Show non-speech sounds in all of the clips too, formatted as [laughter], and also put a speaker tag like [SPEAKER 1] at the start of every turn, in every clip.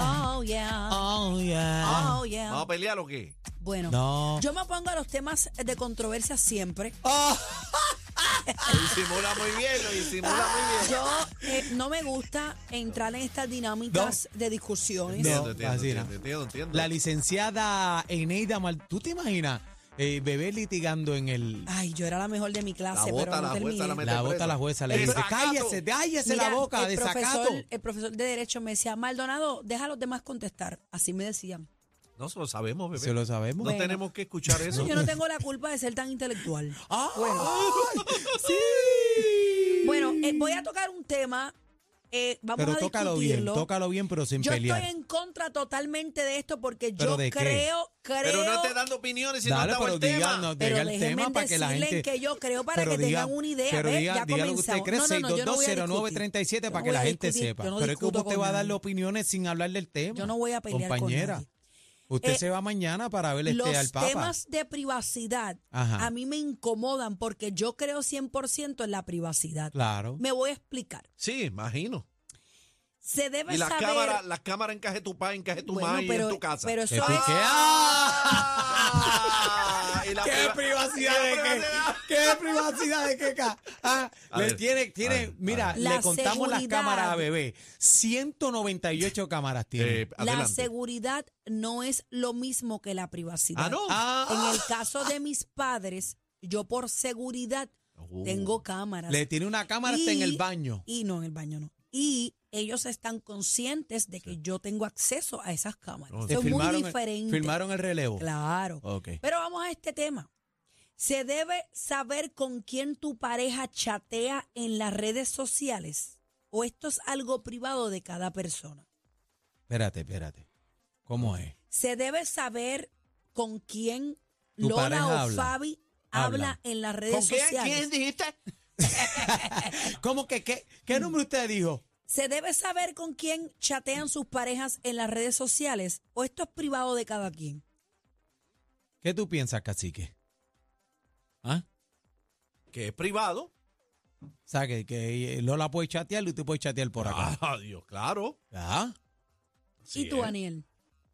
[SPEAKER 1] Oh, yeah.
[SPEAKER 2] Oh, yeah.
[SPEAKER 3] ¿Vamos a pelear o qué?
[SPEAKER 2] Bueno,
[SPEAKER 1] No. Oh.
[SPEAKER 2] yo me opongo a los temas de controversia siempre.
[SPEAKER 3] Lo disimula muy bien, lo disimula muy bien.
[SPEAKER 2] Yo eh, no me gusta entrar en estas dinámicas de discusiones.
[SPEAKER 1] No.
[SPEAKER 3] Entiendo, entiendo,
[SPEAKER 1] vacila.
[SPEAKER 3] entiendo, entiendo, entiendo.
[SPEAKER 1] La licenciada Eneida Mal. ¿Tú te imaginas eh, bebé litigando en el.
[SPEAKER 2] Ay, yo era la mejor de mi clase, pero
[SPEAKER 3] La bota,
[SPEAKER 2] no
[SPEAKER 3] la
[SPEAKER 2] terminé.
[SPEAKER 3] jueza, la mete
[SPEAKER 1] La bota
[SPEAKER 3] presa.
[SPEAKER 1] a la jueza, le dice:
[SPEAKER 3] Desacato.
[SPEAKER 1] cállese, cállese
[SPEAKER 2] Mira,
[SPEAKER 1] la boca,
[SPEAKER 2] el
[SPEAKER 1] desacato.
[SPEAKER 2] profesor, el profesor de Derecho me decía, Maldonado, deja a los demás contestar. Así me decían.
[SPEAKER 3] No, se lo sabemos, bebé.
[SPEAKER 1] Se lo sabemos.
[SPEAKER 3] No
[SPEAKER 1] Bueno.
[SPEAKER 3] tenemos que escuchar eso.
[SPEAKER 2] Yo no tengo la culpa de ser tan intelectual.
[SPEAKER 1] Ah,
[SPEAKER 2] Bueno. [laughs]
[SPEAKER 1] ay, ¡Sí!
[SPEAKER 2] Bueno, eh, voy a tocar un tema. eh, vamos
[SPEAKER 1] Pero
[SPEAKER 2] a
[SPEAKER 1] tócalo bien,
[SPEAKER 2] discutirlo.
[SPEAKER 1] tócalo bien, pero sin
[SPEAKER 2] Yo
[SPEAKER 1] pelear.
[SPEAKER 2] estoy en contra totalmente de esto porque
[SPEAKER 1] ¿Pero
[SPEAKER 2] yo
[SPEAKER 1] de qué?
[SPEAKER 2] creo, creo.
[SPEAKER 3] Pero no esté dando opiniones si
[SPEAKER 1] Dale,
[SPEAKER 3] no estamos
[SPEAKER 1] pero
[SPEAKER 3] el tema.
[SPEAKER 1] díganos,
[SPEAKER 2] Pero
[SPEAKER 1] diga el
[SPEAKER 2] déjenme
[SPEAKER 1] tema para que la
[SPEAKER 2] decirle
[SPEAKER 1] gente.
[SPEAKER 2] que yo creo para
[SPEAKER 1] Pero
[SPEAKER 2] que
[SPEAKER 1] diga-
[SPEAKER 2] tengan una idea.
[SPEAKER 1] Pero
[SPEAKER 2] ¿Ves?
[SPEAKER 1] diga,
[SPEAKER 2] Ya
[SPEAKER 1] diga lo que usted
[SPEAKER 2] comenzamos.
[SPEAKER 1] cree,
[SPEAKER 2] No, no, no, yo no voy a
[SPEAKER 1] 6220937
[SPEAKER 2] discutir.
[SPEAKER 1] para
[SPEAKER 2] No
[SPEAKER 1] que la
[SPEAKER 2] voy a
[SPEAKER 1] gente
[SPEAKER 2] discutir,
[SPEAKER 1] sepa.
[SPEAKER 2] yo no
[SPEAKER 1] pero es que
[SPEAKER 2] discuto
[SPEAKER 1] usted
[SPEAKER 2] con
[SPEAKER 1] va a dar
[SPEAKER 2] nadie.
[SPEAKER 1] opiniones sin hablar del tema.
[SPEAKER 2] Yo no voy a pelear con
[SPEAKER 1] Compañera,
[SPEAKER 2] nadie.
[SPEAKER 1] usted
[SPEAKER 2] Eh,
[SPEAKER 1] se va mañana para ver
[SPEAKER 2] Los
[SPEAKER 1] este al Papa.
[SPEAKER 2] temas de privacidad
[SPEAKER 1] Ajá.
[SPEAKER 2] a mí me incomodan porque yo creo 100% en la privacidad.
[SPEAKER 1] Claro.
[SPEAKER 2] Me voy a explicar.
[SPEAKER 3] Sí, imagino.
[SPEAKER 2] Se debe
[SPEAKER 3] Y las
[SPEAKER 2] saber.
[SPEAKER 3] cámaras, las cámaras encaje tu pa, encaje tu
[SPEAKER 2] Bueno,
[SPEAKER 3] ma y en
[SPEAKER 2] pero-
[SPEAKER 3] tu casa.
[SPEAKER 2] pero eso
[SPEAKER 1] Que
[SPEAKER 2] es-
[SPEAKER 1] pique-
[SPEAKER 3] ¡Ah! Y la
[SPEAKER 1] ¿Qué
[SPEAKER 3] priva-
[SPEAKER 1] privacidad
[SPEAKER 3] ¿Qué
[SPEAKER 1] de qué?
[SPEAKER 3] privacidad?
[SPEAKER 1] ¿Qué privacidad de qué? ca? Ah,
[SPEAKER 3] A
[SPEAKER 1] le
[SPEAKER 3] ver,
[SPEAKER 1] tiene, tiene,
[SPEAKER 3] a ver,
[SPEAKER 1] mira,
[SPEAKER 3] a
[SPEAKER 2] ver. La
[SPEAKER 1] le contamos las
[SPEAKER 2] seguridad.
[SPEAKER 1] cámaras a bebé. 198 cámaras tiene.
[SPEAKER 3] Eh,
[SPEAKER 2] La
[SPEAKER 3] adelante.
[SPEAKER 2] seguridad no es lo mismo que la privacidad.
[SPEAKER 3] Ah, no.
[SPEAKER 2] En el caso de mis padres, yo por seguridad
[SPEAKER 3] Oh.
[SPEAKER 2] tengo cámaras.
[SPEAKER 1] le tiene una cámara hasta en el
[SPEAKER 2] Y-
[SPEAKER 1] baño.
[SPEAKER 2] Y no, en el baño no. Y ellos están conscientes de que yo tengo acceso a esas cámaras.
[SPEAKER 3] No,
[SPEAKER 1] Te
[SPEAKER 2] Son muy
[SPEAKER 1] filmaron,
[SPEAKER 2] diferentes.
[SPEAKER 1] filmaron el relevo.
[SPEAKER 2] Claro.
[SPEAKER 1] Ok.
[SPEAKER 2] Pero vamos a este tema. Se debe saber con quién tu pareja chatea en las redes sociales o esto es algo privado de cada persona.
[SPEAKER 1] Espérate, espérate. ¿Cómo es?
[SPEAKER 2] Se debe saber con quién
[SPEAKER 1] Tu
[SPEAKER 2] Lola
[SPEAKER 1] pareja
[SPEAKER 2] o
[SPEAKER 1] habla.
[SPEAKER 2] Fabi
[SPEAKER 1] Habla.
[SPEAKER 2] habla, en las redes
[SPEAKER 3] ¿Con quién,
[SPEAKER 2] sociales.
[SPEAKER 3] quién dijiste?
[SPEAKER 1] [laughs] ¿Cómo que qué? ¿Qué número usted dijo?
[SPEAKER 2] ¿Se debe saber con quién chatean sus parejas en las redes sociales o esto es privado de cada quien?
[SPEAKER 1] ¿Qué tú piensas, cacique? ¿Ah?
[SPEAKER 3] Que es privado.
[SPEAKER 1] O sea, que, que eh, Lola puede chatear y tú puedes chatear por acá.
[SPEAKER 3] Ah, Dios, claro.
[SPEAKER 1] ¿Ah?
[SPEAKER 2] ¿Y tú, Daniel?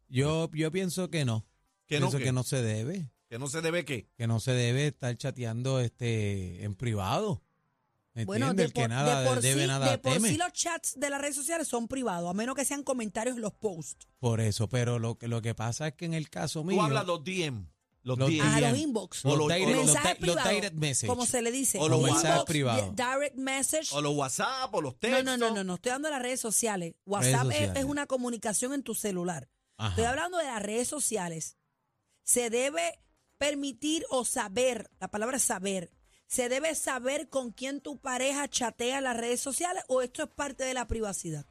[SPEAKER 1] Yo, yo pienso que no.
[SPEAKER 3] Que no,
[SPEAKER 1] pienso
[SPEAKER 3] que,
[SPEAKER 1] que no se debe.
[SPEAKER 3] que no se debe qué.
[SPEAKER 1] Que no se debe estar chateando este en privado. ¿Me
[SPEAKER 2] Bueno,
[SPEAKER 1] entiendes?
[SPEAKER 2] de
[SPEAKER 1] El que
[SPEAKER 2] por,
[SPEAKER 1] nada
[SPEAKER 2] de por
[SPEAKER 1] debe
[SPEAKER 2] sí,
[SPEAKER 1] nada
[SPEAKER 2] de por
[SPEAKER 1] teme.
[SPEAKER 2] sí los chats de las redes sociales son privados, a menos que sean comentarios en los posts.
[SPEAKER 1] Por eso, pero lo, que- lo que pasa es que en el caso mío.
[SPEAKER 3] Tú hablas los DM. Los
[SPEAKER 1] Los
[SPEAKER 3] DM.
[SPEAKER 2] Ajá,
[SPEAKER 1] bien.
[SPEAKER 2] los inbox.
[SPEAKER 1] Los
[SPEAKER 3] O los-
[SPEAKER 1] direct-
[SPEAKER 3] o los-
[SPEAKER 1] los
[SPEAKER 2] mensajes
[SPEAKER 1] di- los
[SPEAKER 2] privados,
[SPEAKER 1] direct message.
[SPEAKER 2] Como se le dice.
[SPEAKER 3] O los
[SPEAKER 2] Inbox,
[SPEAKER 1] mensajes privados.
[SPEAKER 2] di- Direct message.
[SPEAKER 3] O los WhatsApp, o los
[SPEAKER 2] No,
[SPEAKER 3] textos.
[SPEAKER 2] no, no, no, no, estoy hablando de las redes sociales. WhatsApp es-
[SPEAKER 1] sociales.
[SPEAKER 2] es una comunicación en tu celular.
[SPEAKER 1] Ajá.
[SPEAKER 2] Estoy hablando de las redes sociales. Se debe permitir o saber, la palabra es saber, se debe saber con quién tu pareja chatea en las redes sociales o esto es parte de la privacidad.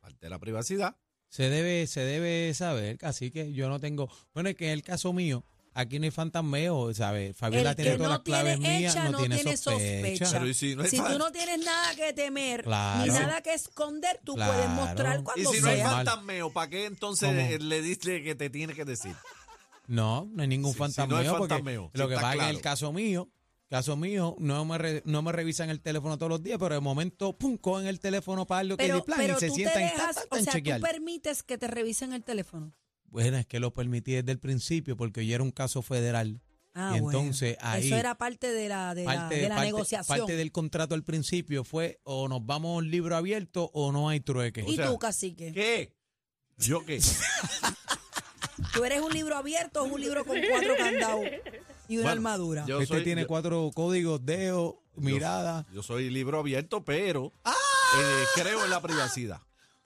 [SPEAKER 3] Parte de la privacidad.
[SPEAKER 1] Se debe, se debe saber, así que yo no tengo. Bueno, es que en el caso mío, aquí no hay fantasmeo, ¿sabes? Fabiola
[SPEAKER 2] El
[SPEAKER 1] tiene
[SPEAKER 2] que
[SPEAKER 1] todas
[SPEAKER 2] no
[SPEAKER 1] las claves
[SPEAKER 2] tiene
[SPEAKER 1] mías,
[SPEAKER 2] hecha
[SPEAKER 1] no, tiene, sospecha.
[SPEAKER 2] sospecha.
[SPEAKER 3] Pero ¿y si no hay fa-
[SPEAKER 2] tú no tienes nada que temer
[SPEAKER 1] Claro.
[SPEAKER 2] ni nada que esconder, tú
[SPEAKER 1] Claro.
[SPEAKER 2] puedes mostrar
[SPEAKER 3] Y
[SPEAKER 2] cuando
[SPEAKER 3] si no hay
[SPEAKER 2] sea.
[SPEAKER 1] Normal.
[SPEAKER 3] fantasmeo, ¿para qué entonces
[SPEAKER 1] ¿Cómo?
[SPEAKER 3] eh, le dices que te tiene que decir?
[SPEAKER 1] [laughs] No, no hay ningún
[SPEAKER 3] Sí, si
[SPEAKER 1] fantasmeo.
[SPEAKER 3] no hay
[SPEAKER 1] porque
[SPEAKER 3] fantasmeo,
[SPEAKER 1] lo
[SPEAKER 3] sí,
[SPEAKER 1] que
[SPEAKER 3] está
[SPEAKER 1] pasa es que en
[SPEAKER 3] claro.
[SPEAKER 1] el caso mío, caso mío, no me, re- no me revisan el teléfono todos los días, pero de momento, pum, cogen el teléfono para lo que le
[SPEAKER 2] pero,
[SPEAKER 1] plan
[SPEAKER 2] pero
[SPEAKER 1] y se
[SPEAKER 2] tú
[SPEAKER 1] sientan
[SPEAKER 2] te
[SPEAKER 1] y tan,
[SPEAKER 2] dejas,
[SPEAKER 1] tan,
[SPEAKER 2] o
[SPEAKER 1] tan
[SPEAKER 2] sea,
[SPEAKER 1] chequear.
[SPEAKER 2] tú permites que te revisen el teléfono.
[SPEAKER 1] Bueno, es que lo permití desde el principio porque hoy era un caso federal.
[SPEAKER 2] Ah,
[SPEAKER 1] y
[SPEAKER 2] bueno.
[SPEAKER 1] entonces ahí.
[SPEAKER 2] Eso era parte de la, de la- de la negociación.
[SPEAKER 1] parte del contrato al principio fue o nos vamos a un libro abierto o no hay trueque.
[SPEAKER 2] y
[SPEAKER 3] sea,
[SPEAKER 2] tú, cacique.
[SPEAKER 3] ¿Qué? ¿Yo qué?
[SPEAKER 2] ¿Tú eres un libro abierto o un libro con cuatro candados y una
[SPEAKER 3] Bueno,
[SPEAKER 2] armadura?
[SPEAKER 3] yo
[SPEAKER 1] este
[SPEAKER 3] soy-
[SPEAKER 1] tiene
[SPEAKER 3] yo-
[SPEAKER 1] cuatro códigos, dedo, mirada.
[SPEAKER 3] Yo, yo soy libro abierto, pero
[SPEAKER 1] ¡Ah!
[SPEAKER 3] eh, creo en la privacidad.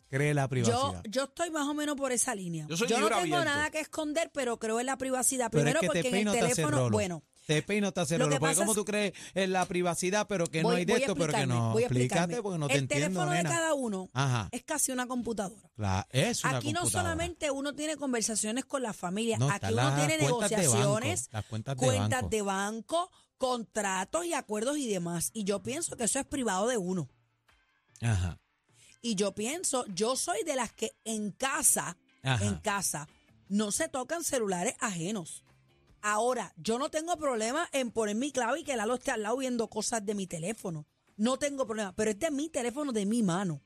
[SPEAKER 1] Cree la
[SPEAKER 2] Yo,
[SPEAKER 1] privacidad.
[SPEAKER 2] yo estoy más o menos por esa línea.
[SPEAKER 3] Yo soy
[SPEAKER 2] no
[SPEAKER 3] libro
[SPEAKER 2] tengo
[SPEAKER 3] abierto.
[SPEAKER 2] nada que esconder, pero creo en la privacidad.
[SPEAKER 1] pero es
[SPEAKER 2] Primero
[SPEAKER 1] que
[SPEAKER 2] porque
[SPEAKER 1] te
[SPEAKER 2] en el
[SPEAKER 1] peino te hace
[SPEAKER 2] teléfono,
[SPEAKER 1] rolo.
[SPEAKER 2] bueno,
[SPEAKER 1] Te peino te hace
[SPEAKER 2] Lo
[SPEAKER 1] rolo.
[SPEAKER 2] que
[SPEAKER 1] Porque
[SPEAKER 2] pasa
[SPEAKER 1] como
[SPEAKER 2] es-
[SPEAKER 1] tú crees en la privacidad, pero que no
[SPEAKER 2] voy-
[SPEAKER 1] hay de
[SPEAKER 2] voy a
[SPEAKER 1] esto, pero que
[SPEAKER 2] explicarme,
[SPEAKER 1] no.
[SPEAKER 2] voy a explicarme.
[SPEAKER 1] Explícate porque no te
[SPEAKER 2] El
[SPEAKER 1] entiendo,
[SPEAKER 2] teléfono
[SPEAKER 1] nena.
[SPEAKER 2] de cada uno
[SPEAKER 1] Ajá.
[SPEAKER 2] es casi una computadora.
[SPEAKER 1] Cla- es una
[SPEAKER 2] Aquí no
[SPEAKER 1] computadora.
[SPEAKER 2] solamente uno tiene conversaciones con la familia,
[SPEAKER 1] No,
[SPEAKER 2] aquí
[SPEAKER 1] están
[SPEAKER 2] uno
[SPEAKER 1] las
[SPEAKER 2] tiene
[SPEAKER 1] cuentas de banco,
[SPEAKER 2] negociaciones,
[SPEAKER 1] las cuentas de
[SPEAKER 2] cuentas
[SPEAKER 1] banco.
[SPEAKER 2] de banco, contratos y acuerdos y demás. Y yo pienso que eso es privado de uno.
[SPEAKER 1] Ajá.
[SPEAKER 2] Y yo pienso, yo soy de las que en casa,
[SPEAKER 1] Ajá.
[SPEAKER 2] en casa, no se tocan celulares ajenos. Ahora, yo no tengo problema en poner mi clave y que Lalo esté al lado viendo cosas de mi teléfono. No tengo problema, pero es de mi teléfono, de mi mano.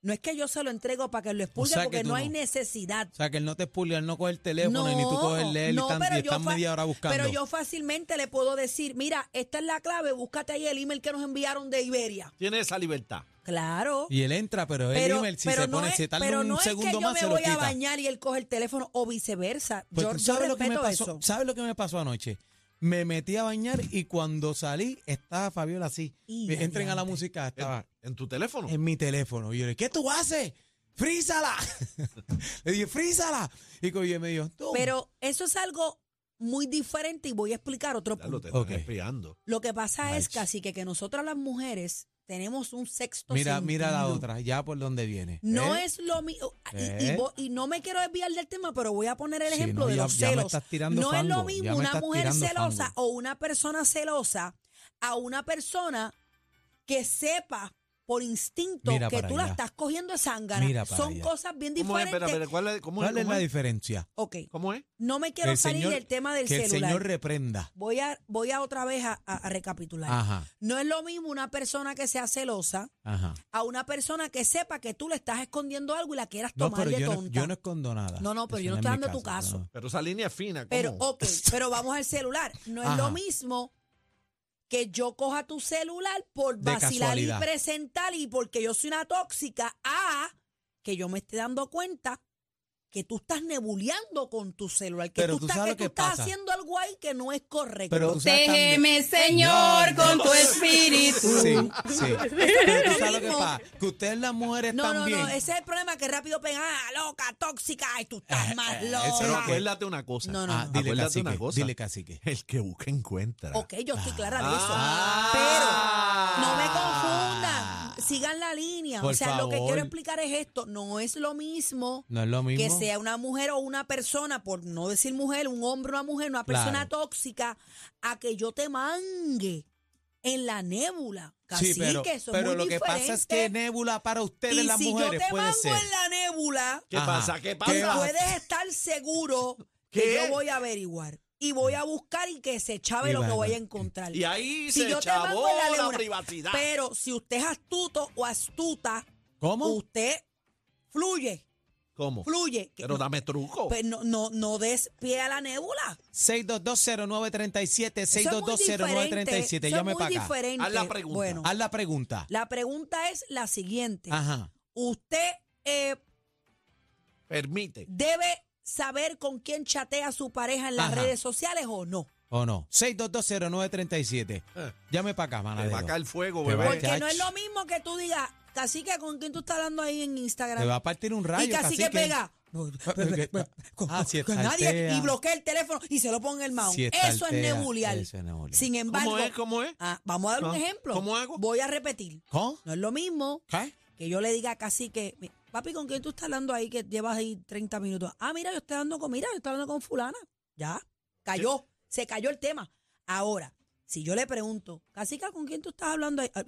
[SPEAKER 2] No es que yo se lo entrego para que lo expulse
[SPEAKER 1] sea que
[SPEAKER 2] porque
[SPEAKER 1] tú
[SPEAKER 2] no, hay
[SPEAKER 1] no.
[SPEAKER 2] necesidad.
[SPEAKER 1] O sea, que él no te expulga, él no coge el teléfono, y ni tú coges el él, y tan- y
[SPEAKER 2] yo
[SPEAKER 1] están
[SPEAKER 2] fa-
[SPEAKER 1] media hora buscando.
[SPEAKER 2] Pero yo fácilmente le puedo decir, mira, esta es la clave, búscate ahí el email que nos enviaron de Iberia.
[SPEAKER 3] Tiene esa libertad.
[SPEAKER 2] Claro.
[SPEAKER 1] Y él entra, pero el
[SPEAKER 2] pero,
[SPEAKER 1] email, Pues si
[SPEAKER 2] pero
[SPEAKER 1] se
[SPEAKER 2] no
[SPEAKER 1] pone,
[SPEAKER 2] es,
[SPEAKER 1] si tarda
[SPEAKER 2] pero
[SPEAKER 1] un
[SPEAKER 2] no
[SPEAKER 1] segundo
[SPEAKER 2] es que
[SPEAKER 1] más,
[SPEAKER 2] yo
[SPEAKER 1] se
[SPEAKER 2] me
[SPEAKER 1] lo
[SPEAKER 2] voy a
[SPEAKER 1] quita.
[SPEAKER 2] bañar y él coge el teléfono o viceversa.
[SPEAKER 1] Pues,
[SPEAKER 2] yo,
[SPEAKER 1] ¿tú
[SPEAKER 2] yo
[SPEAKER 1] ¿Sabes lo que me
[SPEAKER 2] respeto
[SPEAKER 1] pasó?
[SPEAKER 2] eso.
[SPEAKER 1] ¿Sabes lo que me pasó anoche? Me metí a bañar y cuando salí estaba Fabiola así. Eh,
[SPEAKER 2] Y
[SPEAKER 1] Entren a la
[SPEAKER 2] adiante.
[SPEAKER 1] música,
[SPEAKER 3] En,
[SPEAKER 1] estaba
[SPEAKER 3] en tu teléfono.
[SPEAKER 1] en mi teléfono. Y yo le dije, ¿qué tú haces? ¡Frízala! [laughs] le dije, ¡frízala! Y Coye me dijo, tú.
[SPEAKER 2] Pero eso es algo muy diferente y voy a explicar otro
[SPEAKER 3] Ya
[SPEAKER 2] punto.
[SPEAKER 3] lo te están
[SPEAKER 1] Ok.
[SPEAKER 3] espiando.
[SPEAKER 2] Lo que pasa es,
[SPEAKER 1] March.
[SPEAKER 2] casi que, que nosotras las mujeres tenemos un sexto
[SPEAKER 1] mira,
[SPEAKER 2] sentido.
[SPEAKER 1] mira la otra, ya por donde viene.
[SPEAKER 2] No
[SPEAKER 1] ¿Eh?
[SPEAKER 2] es lo mismo. Y,
[SPEAKER 1] ¿Eh?
[SPEAKER 2] vo- y no me quiero desviar del tema, pero voy a poner el
[SPEAKER 1] Sí,
[SPEAKER 2] ejemplo
[SPEAKER 1] no,
[SPEAKER 2] de
[SPEAKER 1] ya-
[SPEAKER 2] los
[SPEAKER 1] ya me
[SPEAKER 2] celos.
[SPEAKER 1] estás tirando
[SPEAKER 2] no es lo
[SPEAKER 1] fango, ya
[SPEAKER 2] mismo
[SPEAKER 1] me
[SPEAKER 2] una
[SPEAKER 1] estás
[SPEAKER 2] mujer
[SPEAKER 1] tirando
[SPEAKER 2] celosa
[SPEAKER 1] fango.
[SPEAKER 2] o una persona celosa a una persona que sepa por instinto
[SPEAKER 1] Mira
[SPEAKER 2] que
[SPEAKER 1] para
[SPEAKER 2] tú la
[SPEAKER 1] allá.
[SPEAKER 2] estás cogiendo de zángana.
[SPEAKER 1] Mira para
[SPEAKER 2] Son
[SPEAKER 1] allá.
[SPEAKER 2] cosas bien
[SPEAKER 3] ¿Cómo es?
[SPEAKER 2] diferentes.
[SPEAKER 3] Espera, espera, ¿cuál es, cómo es-
[SPEAKER 1] ¿Cuál es
[SPEAKER 3] cómo
[SPEAKER 1] la
[SPEAKER 3] es?
[SPEAKER 1] diferencia?
[SPEAKER 2] Ok,
[SPEAKER 3] ¿Cómo es?
[SPEAKER 2] no me
[SPEAKER 1] Que
[SPEAKER 2] quiero
[SPEAKER 1] el
[SPEAKER 2] salir
[SPEAKER 1] señor-
[SPEAKER 2] del tema del
[SPEAKER 1] que el
[SPEAKER 2] celular.
[SPEAKER 1] Señor reprenda.
[SPEAKER 2] Voy a, voy a otra vez a, a- a recapitular.
[SPEAKER 1] Ajá,
[SPEAKER 2] No es lo mismo una persona que sea celosa
[SPEAKER 1] ajá.
[SPEAKER 2] a una persona que sepa que tú le estás escondiendo algo y la quieras
[SPEAKER 1] No,
[SPEAKER 2] tomar
[SPEAKER 1] pero
[SPEAKER 2] de
[SPEAKER 1] yo no,
[SPEAKER 2] tonta.
[SPEAKER 1] yo no escondo nada.
[SPEAKER 2] No, no, pero
[SPEAKER 1] Eso
[SPEAKER 2] yo no
[SPEAKER 1] es
[SPEAKER 2] estoy
[SPEAKER 1] mi
[SPEAKER 2] dando tu
[SPEAKER 1] eso
[SPEAKER 2] caso.
[SPEAKER 1] no.
[SPEAKER 3] Pero esa línea es fina. ¿cómo?
[SPEAKER 2] Pero,
[SPEAKER 1] oh, [laughs]
[SPEAKER 2] ok, pero vamos al celular. No es lo
[SPEAKER 1] Ajá.
[SPEAKER 2] mismo que yo coja tu celular por
[SPEAKER 1] De
[SPEAKER 2] vacilar y
[SPEAKER 1] casualidad.
[SPEAKER 2] presentar y porque yo soy una tóxica a que yo me esté dando cuenta que tú estás nebuleando con tu celular, que
[SPEAKER 1] Pero
[SPEAKER 2] tú,
[SPEAKER 1] tú
[SPEAKER 2] estás,
[SPEAKER 1] sabes
[SPEAKER 2] que
[SPEAKER 1] lo
[SPEAKER 2] tú
[SPEAKER 1] que
[SPEAKER 2] estás
[SPEAKER 1] pasa.
[SPEAKER 2] haciendo algo ahí que no es correcto.
[SPEAKER 1] Pero tú sabes también-
[SPEAKER 4] Protégeme, Señor, con tu
[SPEAKER 2] [laughs]
[SPEAKER 4] espíritu.
[SPEAKER 1] Sí, sí. Pero tú sabes lo que
[SPEAKER 2] mismo.
[SPEAKER 1] pasa, que ustedes las mujeres
[SPEAKER 2] no, no,
[SPEAKER 1] también.
[SPEAKER 2] no, ese es el problema que rápido pegan, ah, loca, tóxica, ay, tú estás
[SPEAKER 1] Eh,
[SPEAKER 2] más
[SPEAKER 1] eh,
[SPEAKER 2] loca.
[SPEAKER 1] eso es
[SPEAKER 3] Pero
[SPEAKER 1] no, que-
[SPEAKER 3] acuérdate una cosa.
[SPEAKER 2] No, no,
[SPEAKER 1] Ah,
[SPEAKER 2] no.
[SPEAKER 1] dile
[SPEAKER 3] Acuérdate
[SPEAKER 1] cacique,
[SPEAKER 3] una cosa.
[SPEAKER 1] dile cacique.
[SPEAKER 3] El que busca encuentra.
[SPEAKER 2] Ok, yo estoy clara de eso.
[SPEAKER 3] Ah.
[SPEAKER 2] Ah. Pero no me confundan. Sigan la línea. o
[SPEAKER 1] Por
[SPEAKER 2] sea, lo que
[SPEAKER 1] favor.
[SPEAKER 2] quiero explicar es esto. No es lo mismo,
[SPEAKER 1] No es lo mismo.
[SPEAKER 2] que sea una mujer o una persona, por no decir mujer, un hombre, una mujer, una persona
[SPEAKER 1] Claro.
[SPEAKER 2] tóxica, a que yo te mangue en la nébula. Cacique,
[SPEAKER 1] sí, pero,
[SPEAKER 2] eso es
[SPEAKER 1] pero
[SPEAKER 2] muy
[SPEAKER 1] lo que pasa es que
[SPEAKER 2] diferente.
[SPEAKER 1] nébula para ustedes
[SPEAKER 2] Y
[SPEAKER 1] las
[SPEAKER 2] si
[SPEAKER 1] mujeres
[SPEAKER 2] yo te
[SPEAKER 1] puede
[SPEAKER 2] mango
[SPEAKER 1] ser.
[SPEAKER 2] en la nébula,
[SPEAKER 3] ¿Qué
[SPEAKER 1] Ajá.
[SPEAKER 3] pasa? ¿Qué
[SPEAKER 2] y
[SPEAKER 3] pasa?
[SPEAKER 2] puedes
[SPEAKER 1] [laughs]
[SPEAKER 2] estar seguro que
[SPEAKER 3] ¿Qué?
[SPEAKER 2] yo voy a averiguar. Y voy a buscar y que se chave
[SPEAKER 1] Y
[SPEAKER 2] lo que
[SPEAKER 1] bueno,
[SPEAKER 2] voy a encontrar.
[SPEAKER 3] Y ahí
[SPEAKER 2] Si
[SPEAKER 3] se
[SPEAKER 2] yo te
[SPEAKER 3] chavó
[SPEAKER 2] mando en la
[SPEAKER 3] la,
[SPEAKER 2] luna,
[SPEAKER 3] privacidad.
[SPEAKER 2] Pero si usted es astuto o astuta,
[SPEAKER 1] ¿Cómo?
[SPEAKER 2] usted fluye,
[SPEAKER 3] ¿Cómo?
[SPEAKER 2] fluye. Que
[SPEAKER 3] Pero
[SPEAKER 2] no,
[SPEAKER 3] dame truco.
[SPEAKER 2] pues no, no, no des pie a la nébula.
[SPEAKER 1] 6220937,
[SPEAKER 2] Eso es muy diferente,
[SPEAKER 1] 6220937,
[SPEAKER 2] eso es
[SPEAKER 1] llame
[SPEAKER 2] muy
[SPEAKER 1] para acá.
[SPEAKER 2] diferente.
[SPEAKER 3] Haz la pregunta.
[SPEAKER 2] Bueno,
[SPEAKER 1] Haz la pregunta.
[SPEAKER 2] la pregunta es la siguiente.
[SPEAKER 1] Ajá.
[SPEAKER 2] Usted eh,
[SPEAKER 3] Permite.
[SPEAKER 2] debe saber con quién chatea su pareja en las
[SPEAKER 1] Ajá.
[SPEAKER 2] redes sociales o no.
[SPEAKER 1] ¿O no? 6220937.
[SPEAKER 3] Eh.
[SPEAKER 1] Llame para acá,
[SPEAKER 3] Te va a
[SPEAKER 1] manadero.
[SPEAKER 3] caer fuego,
[SPEAKER 1] Ah, Te va a
[SPEAKER 3] bebé.
[SPEAKER 1] caer.
[SPEAKER 2] Porque no es
[SPEAKER 1] Chacho.
[SPEAKER 2] lo mismo que tú digas, cacique, ¿con quién tú estás hablando ahí en Instagram?
[SPEAKER 1] Te va a partir un rayo,
[SPEAKER 2] y casi que
[SPEAKER 1] cacique.
[SPEAKER 2] pega. No, pe- pe- pe- con-
[SPEAKER 1] Ah, si
[SPEAKER 2] con
[SPEAKER 1] estaltea.
[SPEAKER 2] nadie y bloquea el teléfono y se lo ponga en el mouse.
[SPEAKER 1] Si
[SPEAKER 2] eso es
[SPEAKER 1] estaltea,
[SPEAKER 2] nebuliar.
[SPEAKER 1] eso es nebuliar.
[SPEAKER 2] Sin embargo,
[SPEAKER 3] ¿Cómo es? ¿Cómo es?
[SPEAKER 2] Ah, vamos a dar un
[SPEAKER 3] Ah,
[SPEAKER 2] ejemplo.
[SPEAKER 3] ¿cómo hago?
[SPEAKER 2] Voy a repetir.
[SPEAKER 1] ¿Cómo?
[SPEAKER 2] No es lo mismo
[SPEAKER 1] ¿Qué?
[SPEAKER 2] que yo le diga casi que, mi- papi, ¿con quién tú estás hablando ahí que llevas ahí 30 minutos? Ah, mira, yo estoy hablando con, mira, yo estoy hablando con fulana. Ya, cayó, se cayó el tema. Ahora, si yo le pregunto, Cacica, ¿con quién tú estás hablando ahí? Ah,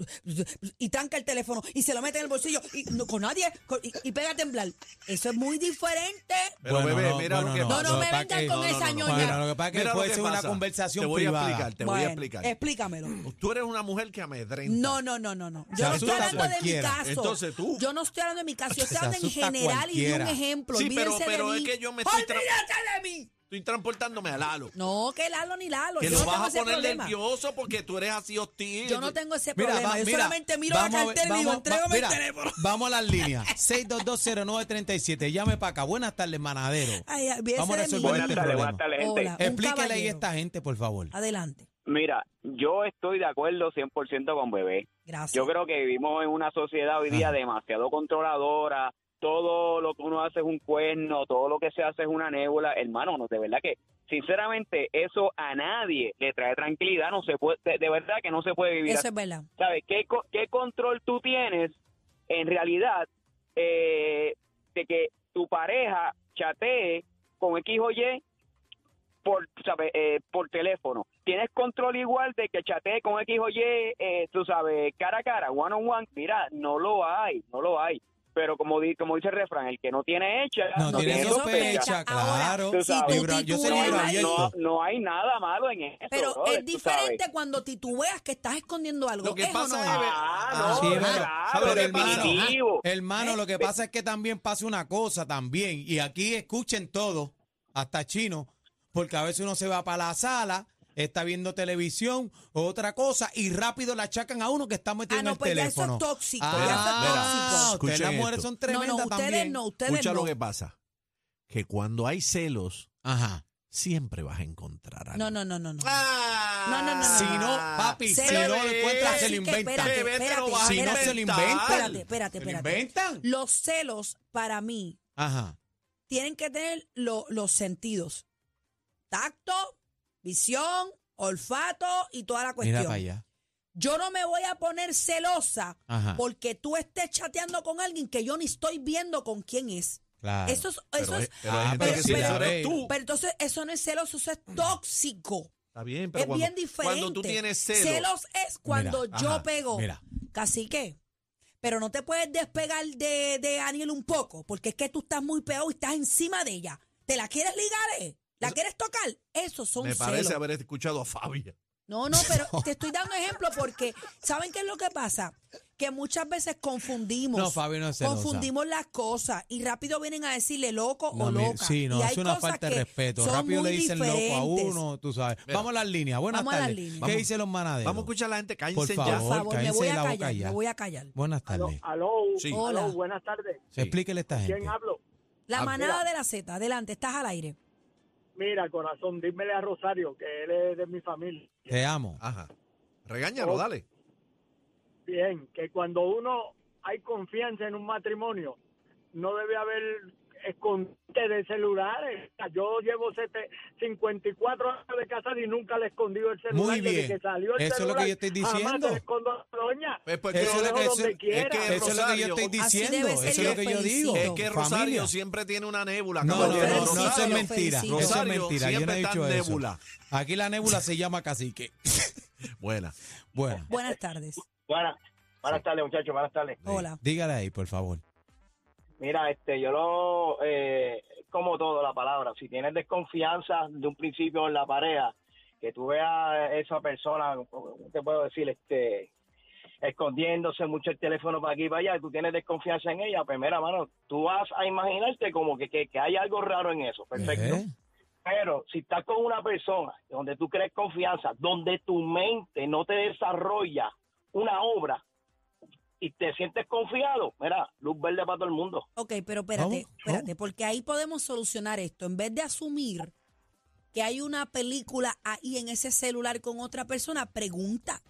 [SPEAKER 2] Y tranca el teléfono y se lo mete en el bolsillo y no, con nadie con- y, y pega a temblar. Eso es muy diferente.
[SPEAKER 3] Pero,
[SPEAKER 1] Bueno,
[SPEAKER 3] bebé,
[SPEAKER 1] no,
[SPEAKER 3] mira
[SPEAKER 1] bueno,
[SPEAKER 3] lo que
[SPEAKER 1] no,
[SPEAKER 3] pasa.
[SPEAKER 2] no, no me
[SPEAKER 1] pa'
[SPEAKER 2] vengan
[SPEAKER 1] que-
[SPEAKER 2] con
[SPEAKER 3] no, no,
[SPEAKER 2] esa
[SPEAKER 3] no, no,
[SPEAKER 2] ñoña.
[SPEAKER 1] Bueno, lo que pasa es que
[SPEAKER 3] Mira lo
[SPEAKER 1] puede
[SPEAKER 3] que
[SPEAKER 1] ser una
[SPEAKER 3] pasa.
[SPEAKER 1] conversación
[SPEAKER 3] Te voy a
[SPEAKER 1] privada.
[SPEAKER 3] explicar, te voy
[SPEAKER 2] Bueno,
[SPEAKER 3] a explicar.
[SPEAKER 2] Explícamelo.
[SPEAKER 3] Tú eres una mujer que amedrenta.
[SPEAKER 2] No, no, no, no, no.
[SPEAKER 1] Se
[SPEAKER 2] Yo no estoy
[SPEAKER 1] asusta
[SPEAKER 2] hablando de mi
[SPEAKER 1] cualquiera.
[SPEAKER 2] caso.
[SPEAKER 3] Entonces, tú.
[SPEAKER 2] Yo no estoy hablando de mi caso. Yo estoy
[SPEAKER 1] Se
[SPEAKER 2] hablando en
[SPEAKER 1] asusta
[SPEAKER 2] general y di un
[SPEAKER 1] cualquiera.
[SPEAKER 2] ejemplo.
[SPEAKER 3] Sí, pero-
[SPEAKER 2] Olvídense
[SPEAKER 3] pero
[SPEAKER 2] de
[SPEAKER 3] es
[SPEAKER 2] mí.
[SPEAKER 3] que yo me estoy tra-
[SPEAKER 2] ¡Olvídate de mí!
[SPEAKER 3] Estoy transportándome a Lalo.
[SPEAKER 2] No, que Lalo ni Lalo.
[SPEAKER 3] Que
[SPEAKER 2] yo
[SPEAKER 3] lo
[SPEAKER 2] no tengo
[SPEAKER 3] vas a
[SPEAKER 2] ese
[SPEAKER 3] poner
[SPEAKER 2] problema.
[SPEAKER 3] nervioso porque tú eres así hostil.
[SPEAKER 2] Yo no tengo ese
[SPEAKER 1] Mira,
[SPEAKER 2] problema.
[SPEAKER 1] va-
[SPEAKER 2] yo
[SPEAKER 1] mira,
[SPEAKER 2] solamente miro la
[SPEAKER 1] vamos a ver,
[SPEAKER 2] cartera y
[SPEAKER 1] vamos-
[SPEAKER 2] digo,
[SPEAKER 1] va-
[SPEAKER 2] entrégame
[SPEAKER 1] mira,
[SPEAKER 2] el teléfono. [laughs]
[SPEAKER 1] Vamos a las líneas. 6220937. Llame para acá. Buenas tardes, manadero.
[SPEAKER 2] Ay, ay, ese
[SPEAKER 1] vamos a
[SPEAKER 2] de mí.
[SPEAKER 1] resolver
[SPEAKER 5] Buenas
[SPEAKER 1] este
[SPEAKER 5] tardes,
[SPEAKER 1] problema.
[SPEAKER 5] buenas tardes, gente.
[SPEAKER 2] Hola. Un
[SPEAKER 1] Explíquele ahí a
[SPEAKER 2] caballero.
[SPEAKER 1] esta gente, por favor.
[SPEAKER 2] Adelante.
[SPEAKER 5] Mira, yo estoy de acuerdo 100% con Bebé.
[SPEAKER 2] Gracias.
[SPEAKER 5] Yo creo que vivimos en una sociedad hoy día
[SPEAKER 1] Ajá.
[SPEAKER 5] demasiado controladora. Todo lo que uno hace es un cuerno, todo lo que se hace es una nébula. Hermano, no, de verdad que, sinceramente, eso a nadie le trae tranquilidad. No se puede, de, de verdad que no se puede vivir
[SPEAKER 2] Eso es verdad.
[SPEAKER 5] ¿sabes? ¿Qué, co- qué control tú tienes en realidad eh, de que tu pareja chatee con X o Y por, ¿sabes? Eh, por teléfono? ¿Tienes control igual de que chatee con X o Y, eh, tú sabes, cara a cara, one on one? Mira, no lo hay, no lo hay. Pero como, di- como dice el refrán, el que no tiene hecha,
[SPEAKER 1] No,
[SPEAKER 2] No
[SPEAKER 1] tiene
[SPEAKER 2] tiene
[SPEAKER 1] sospecha,
[SPEAKER 2] sospecha.
[SPEAKER 1] claro.
[SPEAKER 5] Ahora, tú sabes.
[SPEAKER 1] Libra- yo soy
[SPEAKER 2] titubeas,
[SPEAKER 1] libro
[SPEAKER 2] no,
[SPEAKER 1] abierto.
[SPEAKER 5] No, no hay nada malo en eso.
[SPEAKER 2] Pero
[SPEAKER 5] brother,
[SPEAKER 2] es
[SPEAKER 5] tú sabes.
[SPEAKER 2] diferente cuando titubeas que estás escondiendo algo.
[SPEAKER 3] Lo que
[SPEAKER 2] ¿Es o
[SPEAKER 3] pasa
[SPEAKER 2] no
[SPEAKER 3] es-
[SPEAKER 2] es?
[SPEAKER 5] Ah,
[SPEAKER 1] Sí,
[SPEAKER 5] no,
[SPEAKER 1] pero-
[SPEAKER 5] claro,
[SPEAKER 1] pero hermano, Eh,
[SPEAKER 5] definitivo.
[SPEAKER 1] hermano, lo que pasa es que también pasa una cosa también, y aquí escuchen todo, hasta chino, porque a veces uno se va para la sala, está viendo televisión o otra cosa, y rápido la achacan a uno que está metiendo
[SPEAKER 2] no,
[SPEAKER 1] el
[SPEAKER 2] pues ya eso es
[SPEAKER 1] teléfono.
[SPEAKER 2] tóxico, ya
[SPEAKER 1] Ah,
[SPEAKER 2] eso es tóxico.
[SPEAKER 1] ustedes las
[SPEAKER 3] Escuchen
[SPEAKER 1] mujeres
[SPEAKER 3] esto.
[SPEAKER 1] son
[SPEAKER 2] No,
[SPEAKER 1] tremendas
[SPEAKER 2] no, ustedes
[SPEAKER 1] también.
[SPEAKER 2] no, ustedes
[SPEAKER 3] Escucha
[SPEAKER 2] no.
[SPEAKER 3] lo que pasa. Que cuando hay celos,
[SPEAKER 1] Ajá.
[SPEAKER 3] siempre vas a encontrar algo.
[SPEAKER 2] No, no, no, no, no.
[SPEAKER 3] Ah,
[SPEAKER 2] No, no, no, no.
[SPEAKER 1] Si no, papi,
[SPEAKER 2] Se
[SPEAKER 1] si
[SPEAKER 2] lo-
[SPEAKER 1] no lo encuentras, se
[SPEAKER 2] Así
[SPEAKER 1] lo
[SPEAKER 2] que
[SPEAKER 1] inventan.
[SPEAKER 2] espérate,
[SPEAKER 3] Bebé, te lo
[SPEAKER 2] espérate,
[SPEAKER 3] vas a
[SPEAKER 1] Si no, se lo
[SPEAKER 3] inventar.
[SPEAKER 1] inventan.
[SPEAKER 2] Espérate, espérate,
[SPEAKER 1] ¿Se lo
[SPEAKER 2] espérate.
[SPEAKER 1] inventan?
[SPEAKER 2] Los celos para mí
[SPEAKER 1] Ajá.
[SPEAKER 2] tienen que tener lo- los sentidos. Tacto, visión, olfato y toda la
[SPEAKER 1] Mira
[SPEAKER 2] cuestión.
[SPEAKER 1] para allá.
[SPEAKER 2] Yo no me voy a poner celosa
[SPEAKER 1] Ajá.
[SPEAKER 2] porque tú estés chateando con alguien que yo ni estoy viendo con quién es.
[SPEAKER 1] Claro.
[SPEAKER 2] Eso es,
[SPEAKER 3] Pero
[SPEAKER 2] eso
[SPEAKER 3] hay-
[SPEAKER 2] es- Ah,
[SPEAKER 3] pero hay gente
[SPEAKER 2] pero-
[SPEAKER 3] que sí,
[SPEAKER 2] pero-
[SPEAKER 3] eso eres tú.
[SPEAKER 2] pero entonces eso no es celoso, eso es tóxico.
[SPEAKER 3] Está bien, pero
[SPEAKER 2] Es
[SPEAKER 3] cuando,
[SPEAKER 2] bien diferente.
[SPEAKER 3] cuando tú tienes celos,
[SPEAKER 2] Celos es cuando
[SPEAKER 1] Mira,
[SPEAKER 2] yo
[SPEAKER 1] ajá,
[SPEAKER 2] pego.
[SPEAKER 1] mira.
[SPEAKER 2] Cacique. Pero no te puedes despegar de, de Aniel un poco, porque es que tú estás muy peor y estás encima de ella. ¿Te la quieres ligar, eh? ¿La quieres tocar? Esos son
[SPEAKER 3] me parece
[SPEAKER 2] celos.
[SPEAKER 3] haber escuchado a Fabia.
[SPEAKER 2] No, no,
[SPEAKER 1] [laughs]
[SPEAKER 2] pero te estoy dando ejemplo porque, ¿saben qué es lo que pasa? Que muchas veces confundimos.
[SPEAKER 1] No, Fabi no es celosa.
[SPEAKER 2] confundimos las cosas y rápido vienen a decirle loco
[SPEAKER 1] No,
[SPEAKER 2] o
[SPEAKER 1] mira,
[SPEAKER 2] loca.
[SPEAKER 1] sí, no,
[SPEAKER 2] y hay
[SPEAKER 1] es una
[SPEAKER 2] cosas
[SPEAKER 1] falta de
[SPEAKER 2] que
[SPEAKER 1] respeto.
[SPEAKER 2] son
[SPEAKER 1] Rápido
[SPEAKER 2] muy
[SPEAKER 1] le dicen loco a
[SPEAKER 2] diferentes.
[SPEAKER 1] uno, tú sabes.
[SPEAKER 3] Mira.
[SPEAKER 1] vamos a las líneas, buenas
[SPEAKER 2] Vamos a las
[SPEAKER 1] tardes.
[SPEAKER 2] líneas.
[SPEAKER 1] ¿Qué
[SPEAKER 2] Vamos.
[SPEAKER 1] dicen los manaderos?
[SPEAKER 3] Vamos a escuchar a la gente,
[SPEAKER 1] Por
[SPEAKER 3] cállense
[SPEAKER 2] Por
[SPEAKER 1] favor,
[SPEAKER 3] ya.
[SPEAKER 2] favor, me
[SPEAKER 1] cállense
[SPEAKER 2] voy a
[SPEAKER 1] la boca
[SPEAKER 2] callar,
[SPEAKER 1] ya.
[SPEAKER 2] me voy a callar.
[SPEAKER 1] Buenas
[SPEAKER 6] Aló,
[SPEAKER 1] tardes.
[SPEAKER 6] aló,
[SPEAKER 3] Sí.
[SPEAKER 2] Hola.
[SPEAKER 6] aló, buenas tardes.
[SPEAKER 1] Se Explíquele a esta gente.
[SPEAKER 6] ¿Quién hablo?
[SPEAKER 2] La
[SPEAKER 3] Ah,
[SPEAKER 2] manada de la Z, adelante, estás al aire.
[SPEAKER 6] Mira, corazón, dímele a Rosario, que él es de mi familia.
[SPEAKER 1] Te amo.
[SPEAKER 3] Ajá.
[SPEAKER 2] Oh.
[SPEAKER 3] Regáñalo, dale.
[SPEAKER 6] Bien, que cuando uno hay confianza en un matrimonio, no debe haber escondite de celulares. Yo llevo sete- 54 años de casa y nunca le he escondido el celular.
[SPEAKER 1] Muy
[SPEAKER 6] desde
[SPEAKER 1] bien.
[SPEAKER 6] que salió el
[SPEAKER 1] Eso es lo
[SPEAKER 6] celular,
[SPEAKER 1] que yo estoy
[SPEAKER 6] Jamás
[SPEAKER 1] diciendo. Pues,
[SPEAKER 6] se le escondo a la doña.
[SPEAKER 3] Es porque
[SPEAKER 6] Yo
[SPEAKER 1] Eso,
[SPEAKER 6] lo
[SPEAKER 1] es lo
[SPEAKER 6] dejo
[SPEAKER 1] que, eso-
[SPEAKER 6] donde
[SPEAKER 1] es que eso
[SPEAKER 6] quiera.
[SPEAKER 1] es lo que yo
[SPEAKER 3] Rosario.
[SPEAKER 1] estoy
[SPEAKER 2] Así
[SPEAKER 1] diciendo.
[SPEAKER 2] debe
[SPEAKER 1] Eso
[SPEAKER 2] ser,
[SPEAKER 1] es lo que yo
[SPEAKER 2] lo
[SPEAKER 1] digo.
[SPEAKER 2] felicito.
[SPEAKER 3] Es que Rosario
[SPEAKER 1] Familia.
[SPEAKER 3] siempre tiene una nébula.
[SPEAKER 1] No, no,
[SPEAKER 3] caballero.
[SPEAKER 1] no, no, eso es
[SPEAKER 2] Rosario,
[SPEAKER 1] mentira. Eso
[SPEAKER 2] felicito.
[SPEAKER 1] es
[SPEAKER 3] Rosario
[SPEAKER 1] mentira. Yo no
[SPEAKER 3] siempre
[SPEAKER 1] he
[SPEAKER 3] está
[SPEAKER 1] dicho
[SPEAKER 3] en
[SPEAKER 1] eso.
[SPEAKER 3] nébula.
[SPEAKER 1] Aquí la nébula se llama cacique. [laughs]
[SPEAKER 3] Buena.
[SPEAKER 1] Bueno,
[SPEAKER 2] Buenas tardes.
[SPEAKER 6] Buenas, buenas tardes, muchachos, buenas tardes.
[SPEAKER 2] Hola.
[SPEAKER 1] dígale ahí, por favor.
[SPEAKER 6] Mira, este, yo lo, eh, como todo la palabra, si tienes desconfianza de un principio en la pareja, que tú veas a esa persona, ¿cómo te puedo decir, este, escondiéndose mucho el teléfono para aquí y para allá, y tú tienes desconfianza en ella, pues mira, mano, tú vas a imaginarte como que, que, que hay algo raro en eso, perfecto.
[SPEAKER 1] Eh,
[SPEAKER 6] Pero si estás con una persona donde tú crees confianza, donde tu mente no te desarrolla una obra y te sientes confiado, mira, luz verde para todo el mundo.
[SPEAKER 2] Ok, pero espérate,
[SPEAKER 1] ¿Cómo?
[SPEAKER 2] espérate, porque ahí podemos solucionar esto. En vez de asumir que hay una película ahí en ese celular con otra persona, pregunta.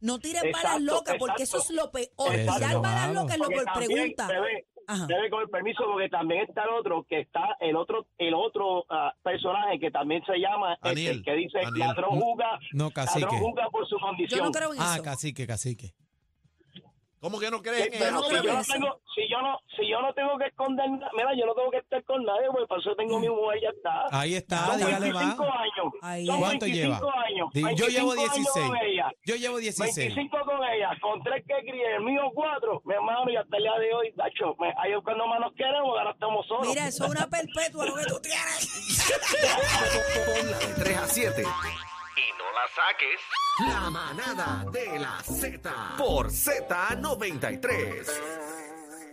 [SPEAKER 2] No tires balas
[SPEAKER 6] Exacto,
[SPEAKER 2] locas, porque eso
[SPEAKER 6] exacto.
[SPEAKER 2] es lo peor.
[SPEAKER 6] Exacto.
[SPEAKER 2] Tirar balas
[SPEAKER 1] Malo.
[SPEAKER 2] locas es lo
[SPEAKER 6] Porque
[SPEAKER 2] peor.
[SPEAKER 6] también,
[SPEAKER 2] Pregunta.
[SPEAKER 6] bebé,
[SPEAKER 2] Ajá.
[SPEAKER 6] bebé, con el permiso, porque también está el otro, que está el otro, el otro ah, personaje que también se llama, este,
[SPEAKER 3] Aniel,
[SPEAKER 6] que dice,
[SPEAKER 3] Aniel.
[SPEAKER 6] ladrón juga,
[SPEAKER 1] No,
[SPEAKER 6] ladrón
[SPEAKER 1] cacique.
[SPEAKER 6] juga por su
[SPEAKER 2] Yo
[SPEAKER 6] condición.
[SPEAKER 2] no creo en
[SPEAKER 1] Ah,
[SPEAKER 2] eso.
[SPEAKER 1] cacique, cacique.
[SPEAKER 3] ¿Cómo que no
[SPEAKER 6] Eh,
[SPEAKER 3] creen en
[SPEAKER 6] pero
[SPEAKER 3] eso?
[SPEAKER 2] no
[SPEAKER 6] si
[SPEAKER 2] creo
[SPEAKER 6] yo no
[SPEAKER 2] eso.
[SPEAKER 6] tengo- si yo no si yo no tengo que esconder nada, mira, yo no tengo que estar con nadie, porque para eso tengo mi mujer, ya está.
[SPEAKER 1] Ahí está,
[SPEAKER 6] Son
[SPEAKER 1] dígale más.
[SPEAKER 6] 25 años.
[SPEAKER 2] Ahí
[SPEAKER 6] son
[SPEAKER 2] es.
[SPEAKER 1] ¿Cuánto
[SPEAKER 6] 25
[SPEAKER 1] lleva?
[SPEAKER 6] años.
[SPEAKER 1] Di- Yo llevo
[SPEAKER 6] 25 años
[SPEAKER 1] 16.
[SPEAKER 6] con ella.
[SPEAKER 1] Yo llevo 16.
[SPEAKER 6] 25 con ella, con tres que crié, el mío cuatro, mi hermano, y hasta el día de hoy, Dacho, me, ahí es cuando más nos queremos, ahora estamos solos.
[SPEAKER 2] Mira, eso es una perpetua lo que tú tienes.
[SPEAKER 7] Ponla de 3 a 7. Y no la saques. La manada de la Z. Por Z93.